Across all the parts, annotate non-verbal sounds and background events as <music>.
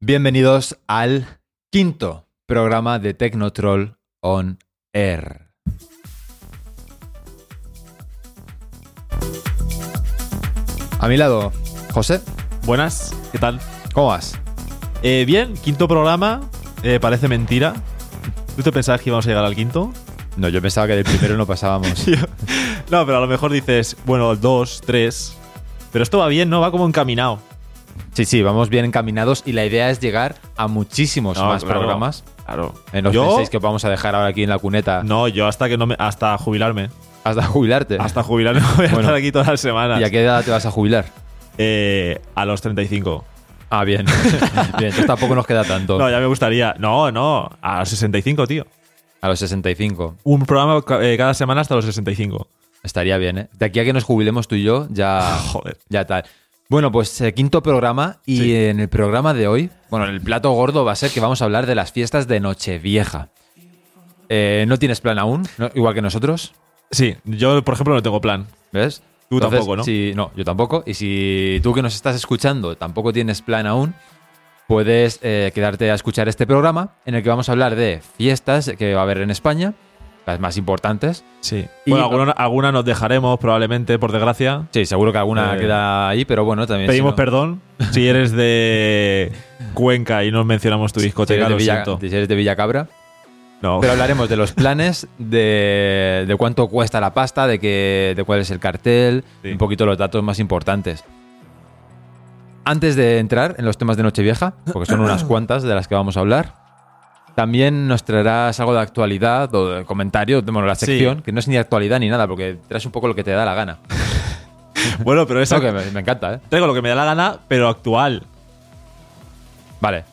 Bienvenidos al quinto programa de Tecnotroll on Air. A mi lado, José, Buenas, ¿qué tal? ¿cómo vas? Eh, bien, quinto programa, eh, parece mentira. ¿Tú te pensabas que íbamos a llegar al quinto? No, yo pensaba que del primero no <laughs> pasábamos. No, pero a lo mejor dices, bueno, dos, tres. Pero esto va bien, ¿no? Va como encaminado. Sí, sí, vamos bien encaminados y la idea es llegar a muchísimos No, Pues más claro. programas. Claro. Eh, no os yo, penséis que os vamos a dejar ahora aquí en la cuneta No, yo hasta que no me. hasta jubilarme. hasta jubilarte. Hasta jubilarme <laughs> voy a Eh. Bueno. estar aquí todas las semanas. ¿Y a qué edad te vas a jubilar? Eh, a los 35. Ah, bien. <laughs> bien, entonces tampoco nos queda tanto. No, ya me gustaría. No, no. A los 65, tío. A los 65. Un programa ca- eh, cada semana hasta los 65. Estaría bien, ¿eh? De aquí a que nos jubilemos tú y yo, ya, Joder. ya tal. Bueno, pues eh, quinto programa y Sí. en el programa de hoy, bueno, el plato gordo va a ser que vamos a hablar de las fiestas de Nochevieja. Eh, ¿No tienes plan aún? ¿No? Igual que nosotros, Sí, yo, por ejemplo, no tengo plan. ¿ves? Tú tampoco, ¿no? si- no, yo tampoco. Y si tú que nos estás escuchando tampoco tienes plan aún, puedes eh, quedarte a escuchar este programa en el que vamos a hablar de fiestas que va a haber en España, las más importantes. Sí. Y- Bueno, alguna, alguna nos dejaremos, probablemente, por desgracia. Sí, seguro que alguna Eh, queda ahí, pero bueno, también... si Pedimos no- perdón si eres de Cuenca y no mencionamos tu Si discoteca, eres de lo Villa- siento. si eres de Villacabra. No. Pero hablaremos de los planes, de, de cuánto cuesta la pasta, de, qué, de cuál es el cartel, Sí. un poquito los datos más importantes. Antes de entrar en los temas de Nochevieja, porque son <coughs> unas cuantas de las que vamos a hablar, también nos traerás algo de actualidad o de comentario, de- bueno, la Sí. sección, que no es ni actualidad ni nada, porque traes un poco lo que te da la gana. <laughs> bueno, pero eso Eso que me, me encanta, ¿eh? tengo lo que me da la gana, pero actual. Vale,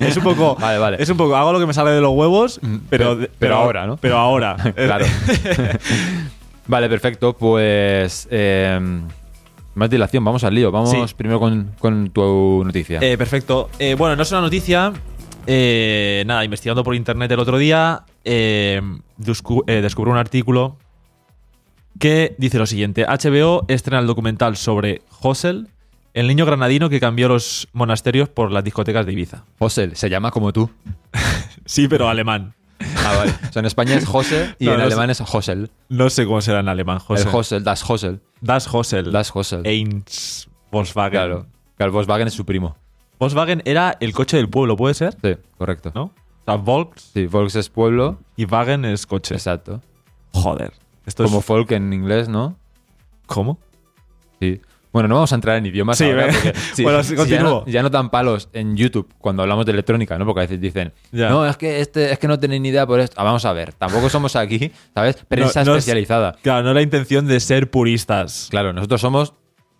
Es un poco. <laughs> Vale, vale. Mm, Es un poco. Hago lo que me sale de los huevos, pero. pero- pero ahora, ¿no? Pero ahora. <laughs> claro. vale, perfecto. Pues. eh, más dilación, vamos al lío. Vamos Sí. primero con, con tu noticia. Eh, perfecto. Eh, bueno, no es una noticia. Eh, nada, investigando por internet el otro día, eh, descu- eh, descubrí un artículo que dice lo siguiente. HBO estrena el documental sobre Hossel, el niño granadino que cambió los monasterios por las discotecas de Ibiza. José, se llama como tú. Sí, pero alemán. Ah, vale. O sea, en España es <laughs> José y No, en no alemán es Hosel. <laughs> No sé cómo será en alemán, Hossel. El Hosel, das Hosel. das Hossel. Das Hosel. Eins Volkswagen. Claro. Claro, Volkswagen es su primo. Volkswagen era el coche del pueblo, ¿puede ser? Sí, correcto. ¿No? O sea, Volks Sí, Volks es pueblo. y Wagen es coche. Exacto. Joder. Esto Como es... folk en inglés, ¿no? ¿Cómo? Sí. Bueno, no vamos a entrar en idiomas Sí, ahora, ve. <laughs> porque- Bueno, sí, ya, continúo. no, ya no dan palos en YouTube cuando hablamos de electrónica, ¿no? Porque a veces dicen, Ya. no, es que este, es que no tenéis ni idea por esto. Ah, vamos a ver, tampoco somos aquí, <laughs> ¿sabes? Prensa No- no es- especializada. Claro, no la intención de ser puristas. Claro, nosotros somos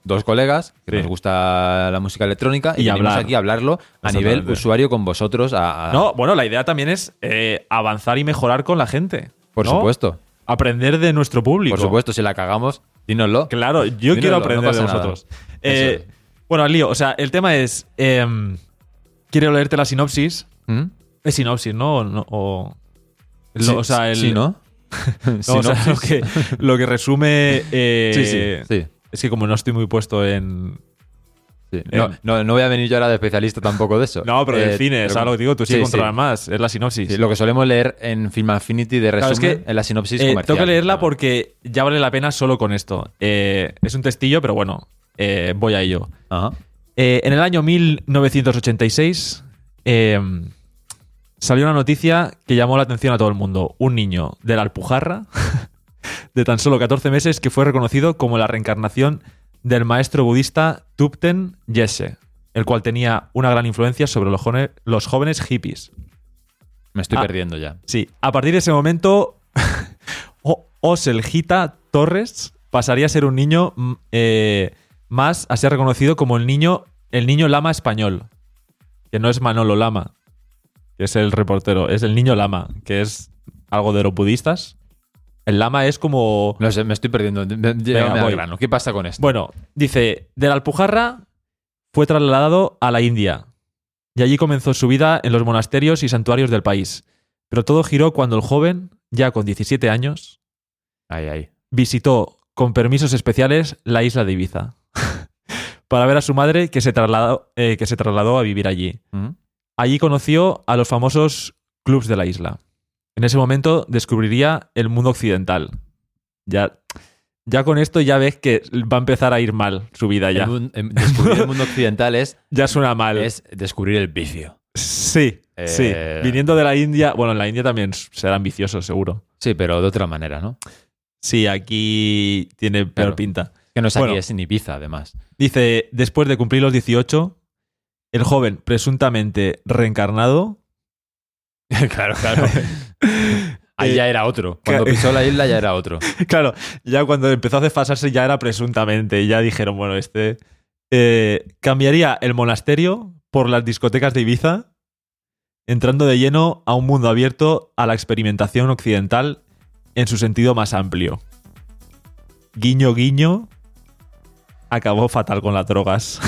dos colegas que Sí. nos gusta la música electrónica y, Y venimos hablar. aquí a hablarlo a Exactamente. nivel usuario con vosotros. a- a- No, bueno, la idea también es eh, avanzar y mejorar con la gente. por ¿no? supuesto, Aprender de nuestro público. por supuesto, si la cagamos, dínoslo. Claro, yo Dínoslo, quiero no aprender pasa de nada. vosotros. Eso Eh, bueno, al lío. O sea, el tema es. em, quiero leerte la sinopsis. ¿Mm? Es sinopsis, ¿no? O. no- o- lo- Sí, o sea, el, sí, <laughs> ¿no? <laughs> no, o sea, <laughs> lo, que, lo que resume. eh, Sí, sí, sí. Es que como no estoy muy puesto en. Sí. No, no, no voy a venir yo ahora de especialista tampoco de eso. Eh, No, pero Eh, del cine, ¿sabes lo que digo? Tú sí, sí, controlas sí. más. Es la sinopsis. Sí, lo que solemos leer en Film Affinity de Claro, resumen es que, en la sinopsis Eh, comercial. Ah. tengo que leerla Claro. porque ya vale la pena solo con esto. Eh, es un testillo, pero bueno, eh, voy a ello. Ajá. Eh, en el año 1986 eh, salió una noticia que llamó la atención a todo el mundo. Un niño de la Alpujarra, <laughs> de tan solo 14 meses, que fue reconocido como la reencarnación del maestro budista Tupten Yeshe, el cual tenía una gran influencia sobre los jone- los jóvenes hippies. Me estoy Ah. perdiendo ya. Sí, a partir de ese momento, <laughs> O- Oseljita Torres pasaría a ser un niño mm, eh, más a ser reconocido como el niño, el niño lama español. Que no es Manolo Lama, que es el reportero, es el niño lama, que es algo de los budistas. El lama es como. No sé, me estoy perdiendo. De- de- llévame al voy. grano. ¿Qué pasa con esto? Bueno, dice, de la Alpujarra fue trasladado a la India y allí comenzó su vida en los monasterios y santuarios del país. Pero todo giró cuando el joven, ya con 17 años, Ahí, ahí. visitó con permisos especiales la isla de Ibiza. <laughs> para ver a su madre que se trasladó, eh, que se trasladó a vivir allí. Ujú. Allí conoció a los famosos clubs de la isla. En ese momento descubriría el mundo occidental. Ya, ya con esto ya ves que va a empezar a ir mal su vida ya. El mun- em- descubrir el <laughs> mundo occidental es, Ya suena mal. es descubrir el vicio. Sí, Eh, sí. Viniendo de la India, bueno, en la India también serán viciosos, seguro. Sí, pero de otra manera, ¿no? Sí, aquí tiene peor Claro. pinta. Que no es aquí, Bueno. es en Ibiza, <laughs> además. Dice, después de cumplir los 18, el joven presuntamente <laughs> reencarnado claro, <laughs> claro. Ahí Eh, ya era <laughs> otro. Cuando ca- pisó la isla ya era otro. Claro, ya cuando empezó a desfasarse ya era presuntamente, y ya dijeron, bueno, este eh, cambiaría el monasterio por las discotecas de Ibiza, entrando de lleno a un mundo abierto a la experimentación occidental en su sentido más amplio. Guiño, guiño, acabó fatal con las drogas.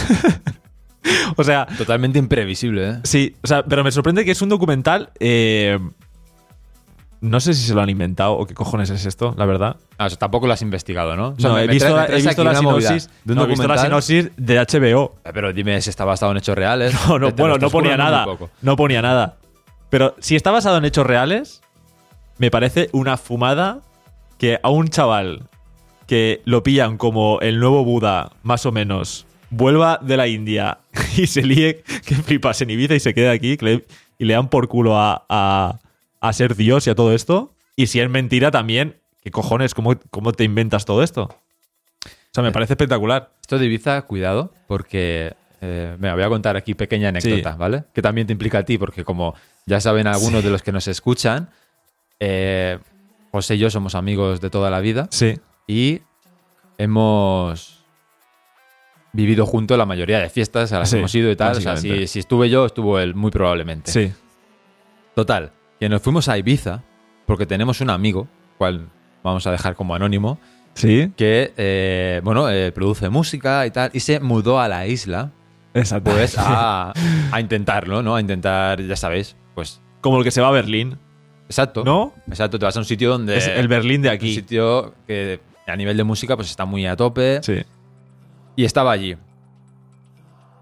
<laughs> o sea, Totalmente imprevisible, ¿eh? Sí, o sea, pero me sorprende que es un documental. eh, no sé si se lo han inventado o qué cojones es esto, la verdad. Ah, o sea, tampoco lo has investigado, ¿no? O sea, no, me- he me visto, tra- me la- he traes visto aquí la una movida sinopsis. de un no, he visto la documental. sinopsis de HBO. Eh, Pero dime si está basado en hechos reales. <laughs> No, no, Te- te lo bueno, no estás ponía currando nada. muy poco. No ponía nada. Pero si está basado en hechos reales, me parece una fumada que a un chaval que lo pillan como el nuevo Buda, más o menos, vuelva de la India <laughs> y se líe, que flipas en Ibiza y se quede aquí que le- y le dan por culo a, a- a ser Dios y a todo esto. Y si es mentira también, ¿qué cojones? ¿Cómo, cómo te inventas todo esto? O sea, me parece espectacular. Esto de Ibiza, cuidado, porque. eh, mira, voy a contar aquí pequeña anécdota, Sí. ¿vale? Que también te implica a ti, porque como ya saben algunos de los que nos escuchan, eh, José y yo somos amigos de toda la vida Sí. y hemos vivido juntos la mayoría de fiestas a las Sí, que hemos ido y tal. O sea, básicamente. si, si estuve yo, estuvo él muy probablemente. Sí. Total, que nos fuimos a Ibiza porque tenemos un amigo, cual vamos a dejar como anónimo, Sí. que, eh, bueno, eh, produce música y tal, y se mudó a la isla, Exacto. pues, <laughs> a, a intentarlo, ¿no? A intentar, ya sabéis, pues, Como el que se va a Berlín, exacto. ¿no? Exacto, te vas a un sitio donde... es el Berlín de Un aquí. sitio que a nivel de música pues está muy a tope. Sí. Y estaba allí.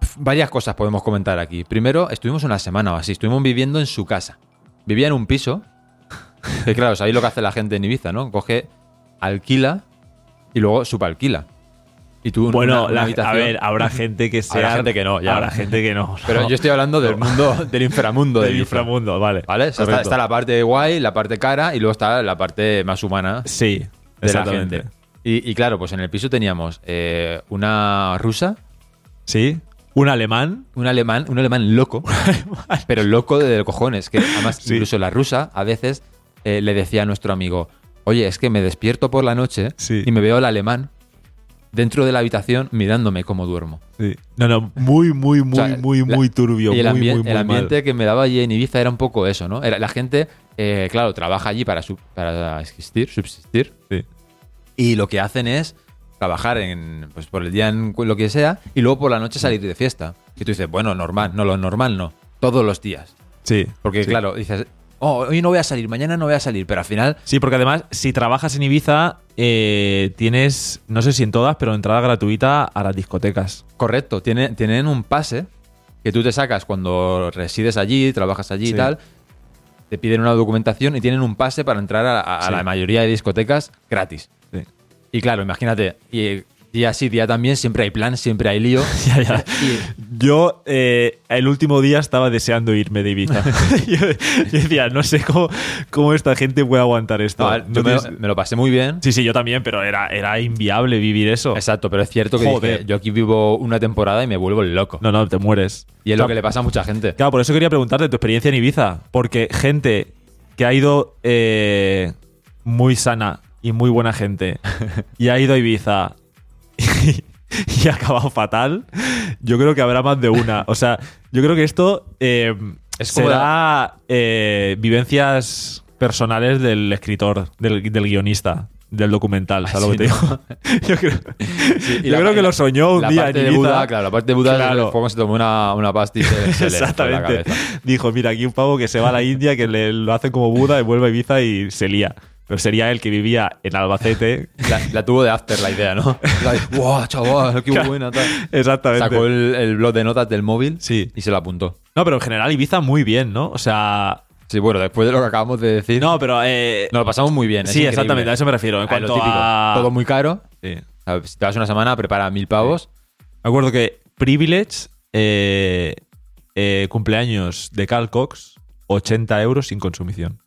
Pf, Varias cosas podemos comentar aquí. Primero, estuvimos una semana o así, estuvimos viviendo en su casa. Vivía en un piso. <laughs> Que claro, sabéis lo que hace la gente en Ibiza, ¿no? Coge, alquila y luego subalquila. Y tú una- Bueno, una la- a habitación- ver, <laughs> habrá gente que sea. Habrá gente que no, ya. Habrá gente que no. Pero no. yo estoy hablando <laughs> del mundo, del inframundo de del Ibiza, inframundo, vale. ¿Vale? O sea, está, correcto. está la parte guay, la parte cara y luego está la parte más humana Sí, de la exactamente. gente. Y, y claro, pues en el piso teníamos eh, una rusa, Sí. Un alemán. un alemán, un alemán loco, <laughs> pero loco de cojones, que además Sí. incluso la rusa a veces eh, le decía a nuestro amigo, oye, es que me despierto por la noche Sí. y me veo al alemán dentro de la habitación mirándome cómo duermo. Sí. No, no, muy, muy, muy, O sea, muy, la- muy turbio. Y el, muy, ambien- muy, muy el mal. ambiente que me daba allí en Ibiza era un poco eso, ¿no? Era- la gente, eh, claro, trabaja allí para, su- para existir, subsistir, Sí. y lo que hacen es trabajar en, pues, por el día en cu- lo que sea y luego por la noche salir de fiesta. Y tú dices, bueno, normal, no, lo normal no, todos los días. Sí. Porque sí. claro, dices, oh, hoy no voy a salir, mañana no voy a salir, pero al final, Sí, porque además, si trabajas en Ibiza, eh, tienes, no sé si en todas, pero entrada gratuita a las discotecas. correcto, tiene- tienen un pase que tú te sacas cuando resides allí, trabajas allí Sí. y tal, te piden una documentación y tienen un pase para entrar a, a- a Sí. la mayoría de discotecas gratis. Sí. Y claro, imagínate, y día sí, día también, siempre hay plan, siempre hay <laughs> lío. <laughs> Ya, ya. Y- Yo eh, el último día estaba deseando irme de <laughs> Ibiza. <laughs> yo, yo decía, no sé cómo, cómo esta gente puede aguantar esto. No, a ver, No yo me, tienes- me lo pasé muy bien. Sí, sí, yo también, pero era, era inviable vivir eso. Exacto, pero es cierto que Joder. dije, yo aquí vivo una temporada y me vuelvo loco. No, no, te mueres. Y es lo Claro, que le pasa a mucha gente. Claro, por eso quería preguntarte tu experiencia en Ibiza. Porque gente que ha ido eh, muy sana y muy buena gente <laughs> y ha ido a Ibiza <laughs> y, y ha acabado fatal, yo creo que habrá más de una. O sea, yo creo que esto eh, Es como será eh, vivencias personales del escritor, del, del guionista. Del documental, ¿sabes lo que te Sí, digo? <laughs> Yo creo, Y yo la- creo que la- lo soñó un la día parte en de Ibiza. Buda, claro, la parte de Buda Claro. fue como se tomó una, una <laughs> pastilla y <laughs> se le fue la Exactamente. cabeza. Dijo, mira, aquí un pavo que se va a la India, que le, lo hacen como Buda y vuelve a Ibiza y se lía. Pero sería él que vivía <laughs> en Albacete. La, la tuvo de after la idea, <laughs> ¿no? Like, wow, chaval, qué buena. tal". Exactamente. Sacó el, el blog de notas del móvil Sí. y se lo apuntó. No, pero en general Ibiza muy bien, ¿no? O sea. Sí, bueno, después de lo que acabamos de decir, No, pero. eh, nos lo pasamos muy bien. es sí, increíble. exactamente, a eso me refiero. En Ah, cuanto lo típico, a- Todo muy caro. Sí. A ver, Si te vas una semana, prepara mil pavos. Me acuerdo que Privilege, eh, eh, cumpleaños de Carl Cox, 80 euros sin consumición.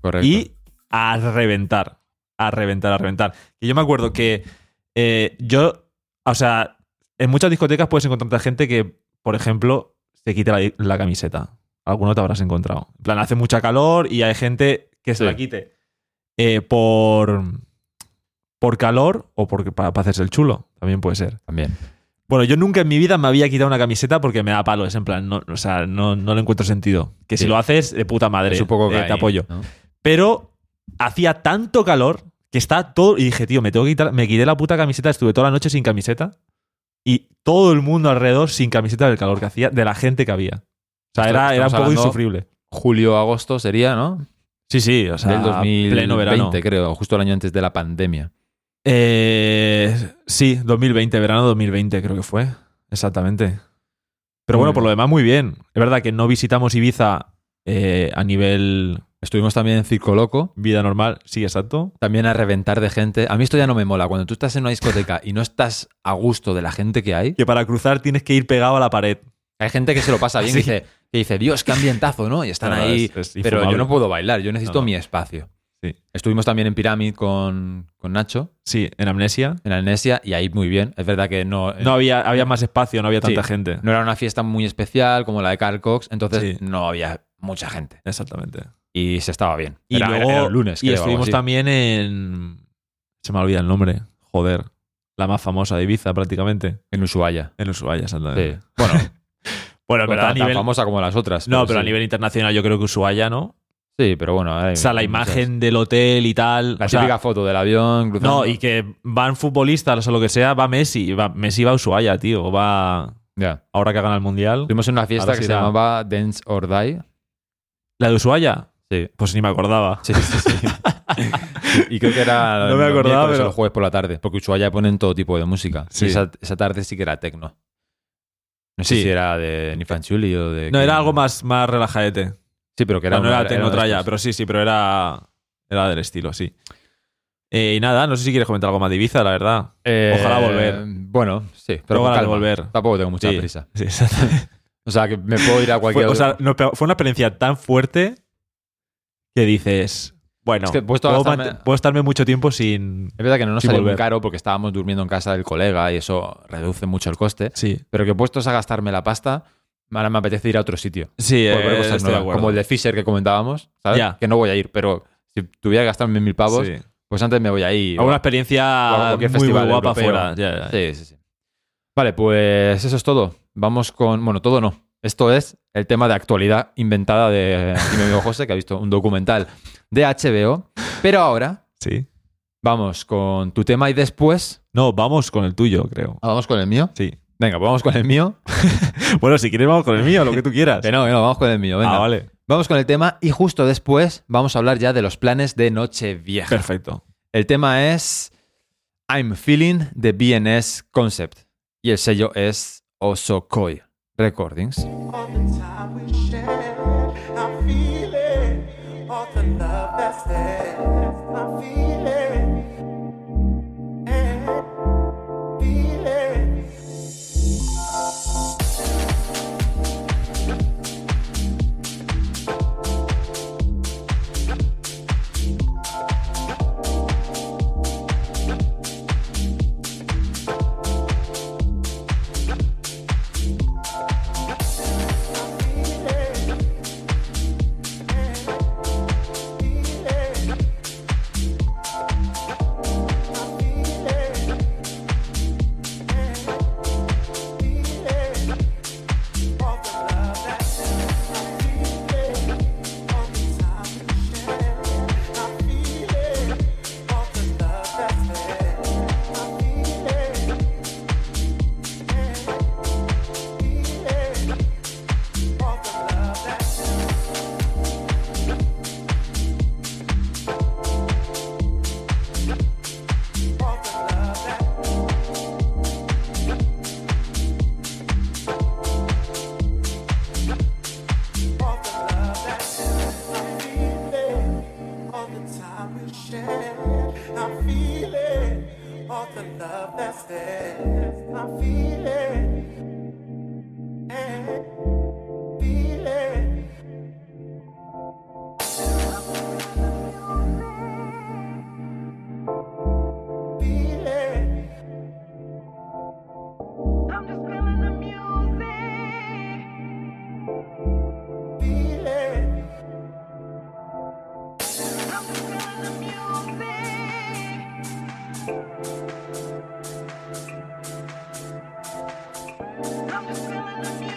Correcto. Y a reventar. A reventar, a reventar. Y yo me acuerdo que eh, yo, o sea, en muchas discotecas puedes encontrarte gente que, por ejemplo, se quita la, la camiseta. Alguno te habrás encontrado. En plan, hace mucha calor y hay gente que se Sí. la quite. eh, por, por calor o porque para hacerse el chulo. También puede ser. También. Bueno, yo nunca en mi vida me había quitado una camiseta porque me da palo. Es en plan, no, o sea, no, no le encuentro sentido. Que si Sí. lo haces, de puta madre. Es un poco eh, gay, te apoyo ¿no? pero hacía tanto calor que está todo. Y dije, tío, me tengo que quitar. Me quité la puta camiseta, estuve toda la noche sin camiseta. Y todo el mundo alrededor sin camiseta del calor que hacía, de la gente que había. O sea, Esto era, era un estamos poco hablando- insufrible. Julio, agosto sería, ¿no? Sí, sí, o sea, Del 2020, pleno verano. creo, justo el año antes de la pandemia. Eh, sí, 2020, verano 2020 creo que fue. Exactamente. Pero Muy bueno, por bien. lo demás, muy bien. Es verdad que no visitamos Ibiza eh, a nivel Estuvimos también en Circo Loco, vida normal. Sí, exacto. también a reventar de gente. A mí esto ya no me mola. Cuando tú estás en una discoteca y no estás a gusto de la gente que hay, Que para cruzar tienes que ir pegado a la pared. hay gente que se lo pasa bien <laughs> Sí. y dice, que dice, Dios, qué ambientazo, ¿no? Y están No, no, ahí. es- es pero infumable. yo no puedo bailar, yo necesito No, no. mi espacio. Sí. Estuvimos también en Pyramid con, con Nacho, Sí, en Amnesia. en Alnesia, y ahí muy bien. Es verdad que no, No había, había más espacio, no había tanta Sí. gente. no era una fiesta muy especial como la de Carl Cox, entonces Sí. no había mucha gente. Exactamente. Y se estaba bien. Y Era- luego era el lunes, y creo, algo estuvimos así. también en. Se me olvida el nombre. Joder. La más famosa de Ibiza, prácticamente. en Ushuaia. En Ushuaia, Sí. exactamente. <laughs> Bueno, Bueno, no tan, tan famosa como las otras. No, pero a sí. nivel internacional yo creo que Ushuaia, ¿no? Sí, pero bueno. hay O sea, la muchas. imagen del hotel y tal. La o sea, típica foto del avión cruzando. no, y que van futbolistas o lo que sea, va Messi. Va, Messi va a Ushuaia, tío. o Va. Ya. Ahora que gana el mundial. Estuvimos en una fiesta Ahora que sí se da. llamaba Dance or Die. ¿La de Ushuaia? Sí. Pues ni me acordaba. Sí, sí, sí. <laughs> y creo que era No me los acordaba, miércoles o pero- los jueves por la tarde, porque Ushuaia ponen todo tipo de música. Sí. Y esa, esa tarde sí que era tecno. No sé Sí. si era de Nifanchuli o de No, era algo más, más relajadete. Sí, pero que Era era no una- era una de Tecnotraya, estas. pero sí, sí, pero era, era del estilo, sí. Eh, y nada, no sé si quieres comentar algo más de Ibiza, la <laughs> verdad. Eh, Ojalá volver. Bueno, sí, pero Luego con al calma. volver. Tampoco tengo mucha Sí. prisa. Sí, exactamente. O sea, que me puedo ir a cualquier fue, o sea, nos pegó- fue una experiencia tan fuerte que dices, bueno, Es que puedo puedo, gastarme- mant- puedo estarme mucho tiempo sin... Es verdad que no nos Sin salió muy volver. caro porque estábamos durmiendo en casa del colega y eso reduce mucho el coste. Sí, Pero que puestos a gastarme la pasta, ahora me apetece ir a otro sitio. sí, por ver eh, cosas estoy de nuevas, acuerdo. como el de Fisher que comentábamos, ¿sabes? Ya. Que no voy a ir, pero si tuviera que gastarme mil pavos, Sí. pues antes me voy a ir. A una O a experiencia muy, cualquier muy festival guapa europeo. fuera. Ya, ya, ya. Sí, sí, sí. Vale, pues eso es todo. Vamos con. Bueno, todo no. Esto es el tema de actualidad inventada de aquí mi amigo José, que ha visto un documental de HBO. Pero ahora Sí. vamos con tu tema y después. No, vamos con el tuyo, creo. Ah, vamos con el mío. Sí. Venga, pues vamos con el mío. <laughs> Bueno, si quieres vamos con el mío, lo que tú quieras. Que no, que no, vamos con el mío. Venga. ah, vale. Vamos con el tema y justo después vamos a hablar ya de los planes de Nochevieja. Perfecto. El tema es I'm Feeling the BNS Concept y el sello es Osokoi Recordings. All the time we shared, I feel it. All the love that's there, I feel it. And feel it. Feeling the music.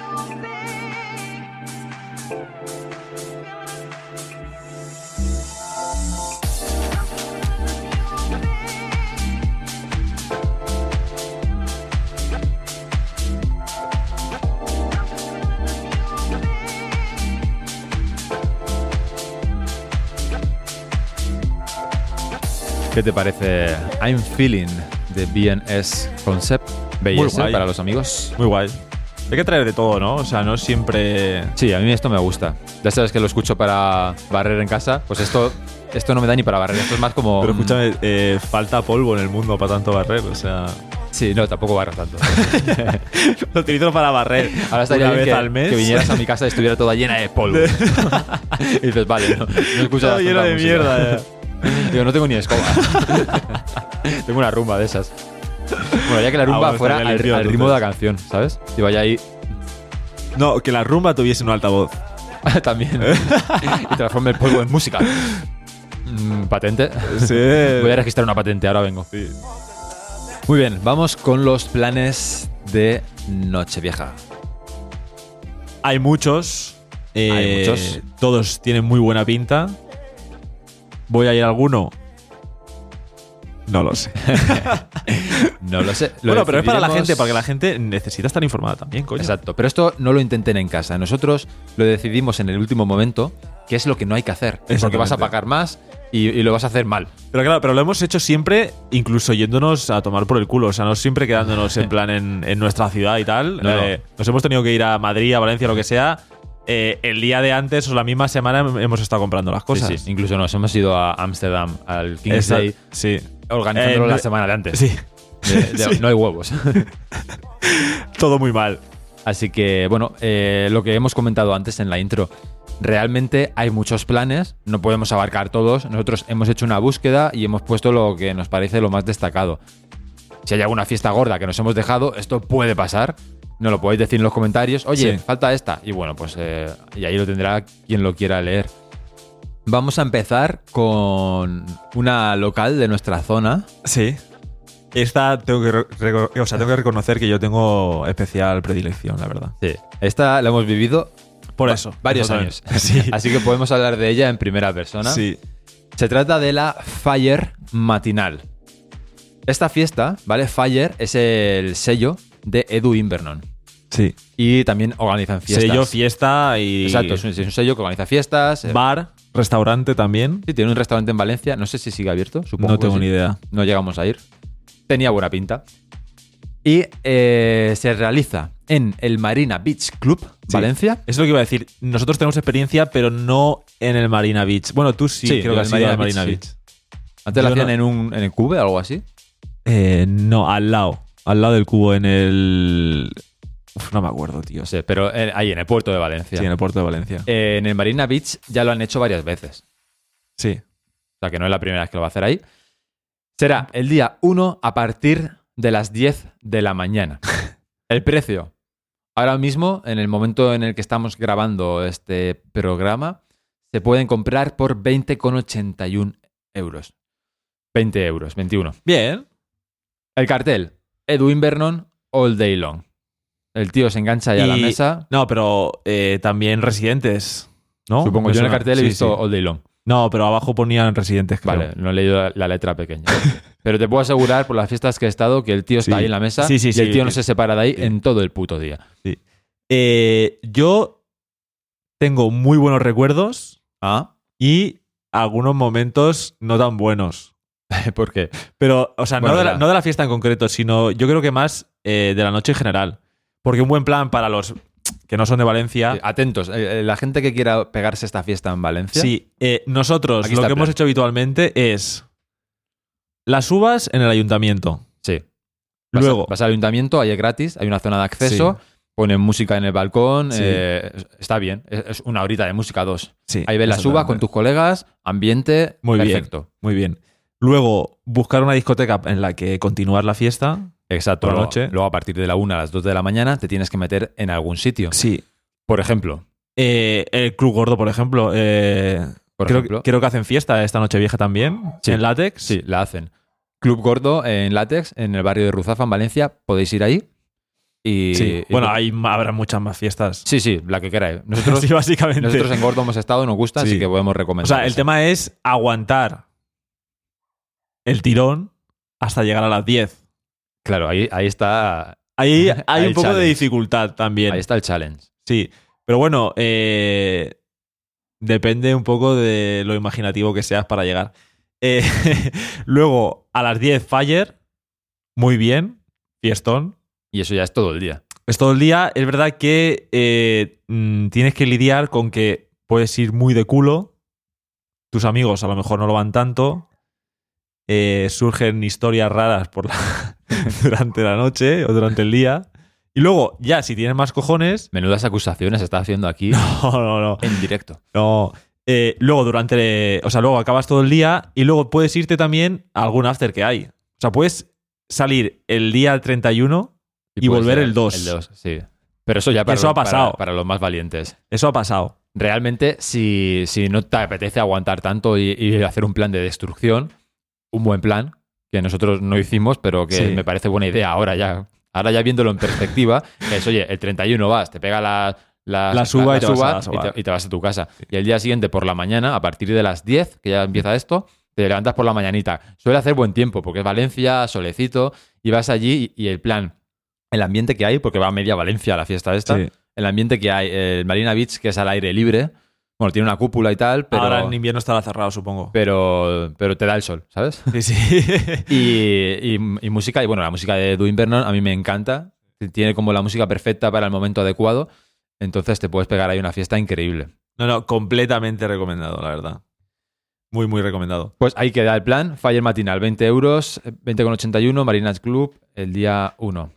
Feeling the ¿Qué te parece I'm Feeling de BNS Concept? Belleza guay. para los amigos. Muy guay. Hay que traer de todo, ¿no? O sea, no siempre. Sí, a mí esto me gusta. Ya sabes que lo escucho para barrer en casa. Pues esto, esto no me da ni para barrer. Esto es más como. mm, Pero escúchame, eh, falta polvo en el mundo para tanto barrer. O sea, <laughs> Sí, no, tampoco barro tanto. lo utilizo para barrer. Ahora estaría una bien vez que, al mes. que <laughs> vinieras a mi casa y estuviera toda llena de polvo. <laughs> y dices, vale, no, no escuchas Todo lleno tanta de música. mierda. ya. <laughs> Digo, no tengo ni escoba. <laughs> tengo una rumba de esas. Bueno, ya que la rumba Ah, bueno, fuera al, estaría limpio, al ritmo de la entonces. canción, ¿sabes? Y vaya ahí <laughs> No, que la rumba tuviese un altavoz. <laughs> también. y transforme el polvo en música. Mm, Patente. Sí. Voy a registrar una patente, ahora vengo. Sí. Muy bien, vamos con los planes de Nochevieja. Hay muchos. eh, Hay muchos. Todos tienen muy buena pinta. ¿Voy a ir a alguno? No lo sé. No lo sé. lo bueno, pero es para la decidiremos- gente, porque la gente necesita estar informada también, coño. Exacto, pero esto no lo intenten en casa. Nosotros lo decidimos en el último momento, que es lo que no hay que hacer. Porque Exactamente. vas a pagar más y, y lo vas a hacer mal. Pero claro, pero lo hemos hecho siempre, incluso yéndonos a tomar por el culo. O sea, no siempre quedándonos <laughs> en plan en, en nuestra ciudad y tal. No, no. Eh, Nos hemos tenido que ir a Madrid, a Valencia, lo que sea. Eh, el día de antes o la misma semana hemos estado comprando las cosas. Sí, sí. Incluso nos hemos ido a Ámsterdam, al Exact- Kingsley, sí. organizándolo Eh, la no- semana de antes. Sí. <laughs> De- <laughs> de- No hay huevos. Todo muy mal. Así que, bueno, eh, lo que hemos comentado antes en la intro. Realmente hay muchos planes, no podemos abarcar todos. Nosotros hemos hecho una búsqueda y hemos puesto lo que nos parece lo más destacado. Si hay alguna fiesta gorda que nos hemos dejado, esto puede pasar. No lo podéis decir en los comentarios. Oye, Sí. falta esta. Y bueno, pues eh, y ahí lo tendrá quien lo quiera leer. Vamos a empezar con una local de nuestra zona. Sí. Esta tengo que, re- reco- o sea, tengo que reconocer que yo tengo especial predilección, la verdad. Sí. Esta la hemos vivido Por va- eso. varios años. exactamente. <laughs> Sí. Así que podemos hablar de ella en primera persona. Sí. Se trata de la Fire Matinal. Esta fiesta, ¿vale? Fire es el sello de Edu Invernon. Sí. Y también organizan fiestas. Sello, fiesta y. Exacto, es un, es un sello que organiza fiestas. eh, Bar, restaurante también. sí, tiene un restaurante en Valencia. No sé si sigue abierto, supongo. No que tengo sí. ni idea. No llegamos a ir. Tenía buena pinta. Y eh, se realiza en el Marina Beach Club, Valencia. Es lo que iba a decir. Nosotros tenemos experiencia, pero no en el Marina Beach. Bueno, tú sí, Sí, creo en el que has ido al Marina Marina Beach, Beach. Antes la Yo hacían no- en, un, en el Cube o algo así. Eh, no, al lado. Al lado del cubo, en el. Uf, no me acuerdo, tío. No sé, pero eh, ahí en el puerto de Valencia. Sí, en el puerto de Valencia. Eh, en el Marina Beach ya lo han hecho varias veces. Sí. O sea, que no es la primera vez que lo va a hacer ahí. Será el día 1 a partir de las 10 de la <laughs> mañana. El precio. Ahora mismo, en el momento en el que estamos grabando este programa, se pueden comprar por 20,81 euros. 20 euros, 21. Bien. El cartel. Edwin Vernon, all day long. El tío se engancha ahí a la Y- mesa. No, pero eh, también residentes. ¿no? Supongo, Me yo en el suena. cartel he Sí, visto sí. all day long. No, pero abajo ponían residentes, creo. Vale, no he leído la, la letra <laughs> pequeña. Pero te puedo asegurar por las fiestas que he estado que el tío está Sí. ahí en la mesa Sí, sí, y sí. el tío no se separa de ahí Sí. en todo el puto día. Eh, yo tengo muy buenos recuerdos ¿Ah? y algunos momentos no tan buenos. <laughs> ¿Por qué? Pero, o sea, Bueno, no, de la, ya. no de la fiesta en concreto, sino yo creo que más eh, de la noche en general. Porque un buen plan para los que no son de Valencia. Sí, Atentos, eh, eh, la gente que quiera pegarse esta fiesta en Valencia. Sí, eh, nosotros Aquí lo está que el hemos plan. hecho habitualmente es las uvas en el ayuntamiento. sí. Vas a- Luego, Vas al ayuntamiento, ahí es gratis, hay una zona de acceso, ponen música en el balcón, Sí. eh, está bien. Es, es una horita de música, dos. sí, Ahí ves la suba con exactamente. tus colegas, ambiente, Muy bien. perfecto. Muy bien. Luego, buscar una discoteca en la que continuar la fiesta. Exacto. Por la luego- noche. Luego a partir de la una a las dos de la mañana te tienes que meter en algún sitio. Sí. Por ejemplo. Eh, el Club Gordo, por ejemplo. eh, Por creo, ejemplo. creo que hacen fiesta esta noche vieja también. Sí. En látex. Sí, la hacen. Club Gordo en Látex, en el barrio de Ruzafa, en Valencia. Podéis ir ahí. Y, Sí. y- Bueno, hay, ma- habrá muchas más fiestas. Sí, sí, la que queráis. <laughs> Nosotros, Sí, básicamente. nosotros en Gordo hemos estado, nos gusta, Sí. así que podemos o recomendar. sea, el tema es aguantar el tirón hasta llegar a las 10. Claro, ahí, ahí está. Ahí hay <laughs> Ahí un poco de challenge. dificultad también. Ahí está el challenge. Sí, pero bueno, eh, depende un poco de lo imaginativo que seas para llegar. Eh, <laughs> luego, a las 10, Fire. Muy bien, fiestón. Y eso ya es todo el día. Es todo el día. Es verdad que eh, mm, tienes que lidiar con que puedes ir muy de culo. Tus amigos a lo mejor no lo van tanto. Eh, surgen historias raras por la- <laughs> durante la noche o durante el día. Y luego, ya, si tienes más cojones. <laughs> Menudas acusaciones está haciendo aquí No, no, no. en directo. No. Eh, luego durante. O sea, luego acabas todo el día y luego puedes irte también a algún after que hay. O sea, puedes salir el día 31. <laughs> Y puede volver ser el dos. El 2, sí. Pero eso ya para, Eso lo- ha pasado. Para, para los más valientes. Eso ha pasado. Realmente, si, si no te apetece aguantar tanto y, y hacer un plan de destrucción, un buen plan, que nosotros no hicimos, pero que Sí. me parece buena idea ahora ya. Ahora ya viéndolo en perspectiva, es, oye, el 31 vas, te pega la, la, La suba y te vas a suba la suba. y te- y te vas a tu casa. Y el día siguiente, por la mañana, a partir de las 10, que ya empieza esto, te levantas por la mañanita. Suele hacer buen tiempo, porque es Valencia, solecito, y vas allí y, y el plan, el ambiente que hay, porque va a media Valencia a la fiesta esta, Sí. el ambiente que hay, el Marina Beach, que es al aire libre, bueno, tiene una cúpula y tal, pero, Ahora en invierno estará cerrado, supongo. pero, pero te da el sol, ¿sabes? Sí, sí. <laughs> Y, y- y música, y bueno, la música de Duin Vernon a mí me encanta. Tiene como la música perfecta para el momento adecuado. Entonces te puedes pegar ahí una fiesta increíble. no, no, completamente recomendado, la verdad. Muy, muy recomendado. Pues ahí queda el plan. Fire matinal, 20 euros, 20,81, Marinas Club, el día 1.